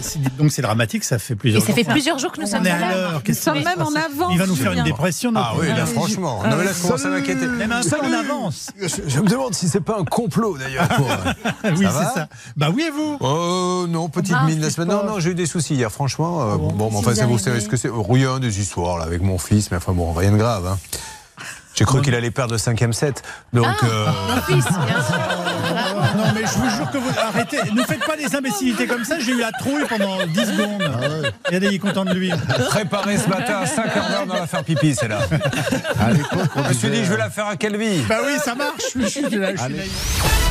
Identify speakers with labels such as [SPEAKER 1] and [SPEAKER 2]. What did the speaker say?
[SPEAKER 1] c'est- dites donc c'est dramatique, ça fait
[SPEAKER 2] Et
[SPEAKER 1] plusieurs
[SPEAKER 2] ça fait
[SPEAKER 1] jours.
[SPEAKER 2] plusieurs jours que nous
[SPEAKER 1] On
[SPEAKER 2] sommes
[SPEAKER 1] est
[SPEAKER 2] à
[SPEAKER 1] à
[SPEAKER 2] l'heure.
[SPEAKER 1] l'heure. Qu'est-ce
[SPEAKER 3] sommes
[SPEAKER 1] qui va se
[SPEAKER 3] même en
[SPEAKER 1] passer
[SPEAKER 3] avance,
[SPEAKER 1] Il va nous faire une
[SPEAKER 3] Julien.
[SPEAKER 1] dépression. notre
[SPEAKER 4] Ah oui,
[SPEAKER 1] Julien.
[SPEAKER 4] là franchement, non, mais là je commence à m'inquiéter.
[SPEAKER 1] Même un peu en
[SPEAKER 4] Salut.
[SPEAKER 1] avance.
[SPEAKER 4] Je, je me demande si c'est pas un complot d'ailleurs. pour-
[SPEAKER 1] oui, c'est
[SPEAKER 4] va
[SPEAKER 1] ça. Bah oui, et vous
[SPEAKER 4] Oh non, petite
[SPEAKER 2] Ah,
[SPEAKER 4] mine la
[SPEAKER 2] c'est
[SPEAKER 4] semaine.
[SPEAKER 2] pas-
[SPEAKER 4] Non, non, j'ai eu des soucis hier, franchement. euh, bon, bon, mais
[SPEAKER 2] Qu'est-ce
[SPEAKER 4] enfin,
[SPEAKER 2] qui
[SPEAKER 4] ça
[SPEAKER 2] vous
[SPEAKER 4] vous
[SPEAKER 2] est
[SPEAKER 4] savez
[SPEAKER 2] arrivé
[SPEAKER 4] ce que c'est. Oh, Rien des histoires là avec mon fils, mais enfin bon, rien de grave. hein. J'ai cru qu'il allait perdre le cinquième set. Donc,
[SPEAKER 2] Ah.
[SPEAKER 4] euh,
[SPEAKER 2] Mon fils, bien sûr.
[SPEAKER 1] Non, mais je vous jure que vous. Arrêtez, ne faites pas des imbécilités comme ça, j'ai eu la trouille pendant 10 secondes. Regardez, il est content de lui.
[SPEAKER 4] préparé ce matin à 5h20 dans la faire pipi, celle-là.
[SPEAKER 5] À l'époque, on
[SPEAKER 4] Je me suis
[SPEAKER 5] disait,
[SPEAKER 4] dit, je vais la faire à Calvi.
[SPEAKER 1] Bah oui, ça marche. Je suis, je suis- je suis
[SPEAKER 5] Allez.
[SPEAKER 1] naïf.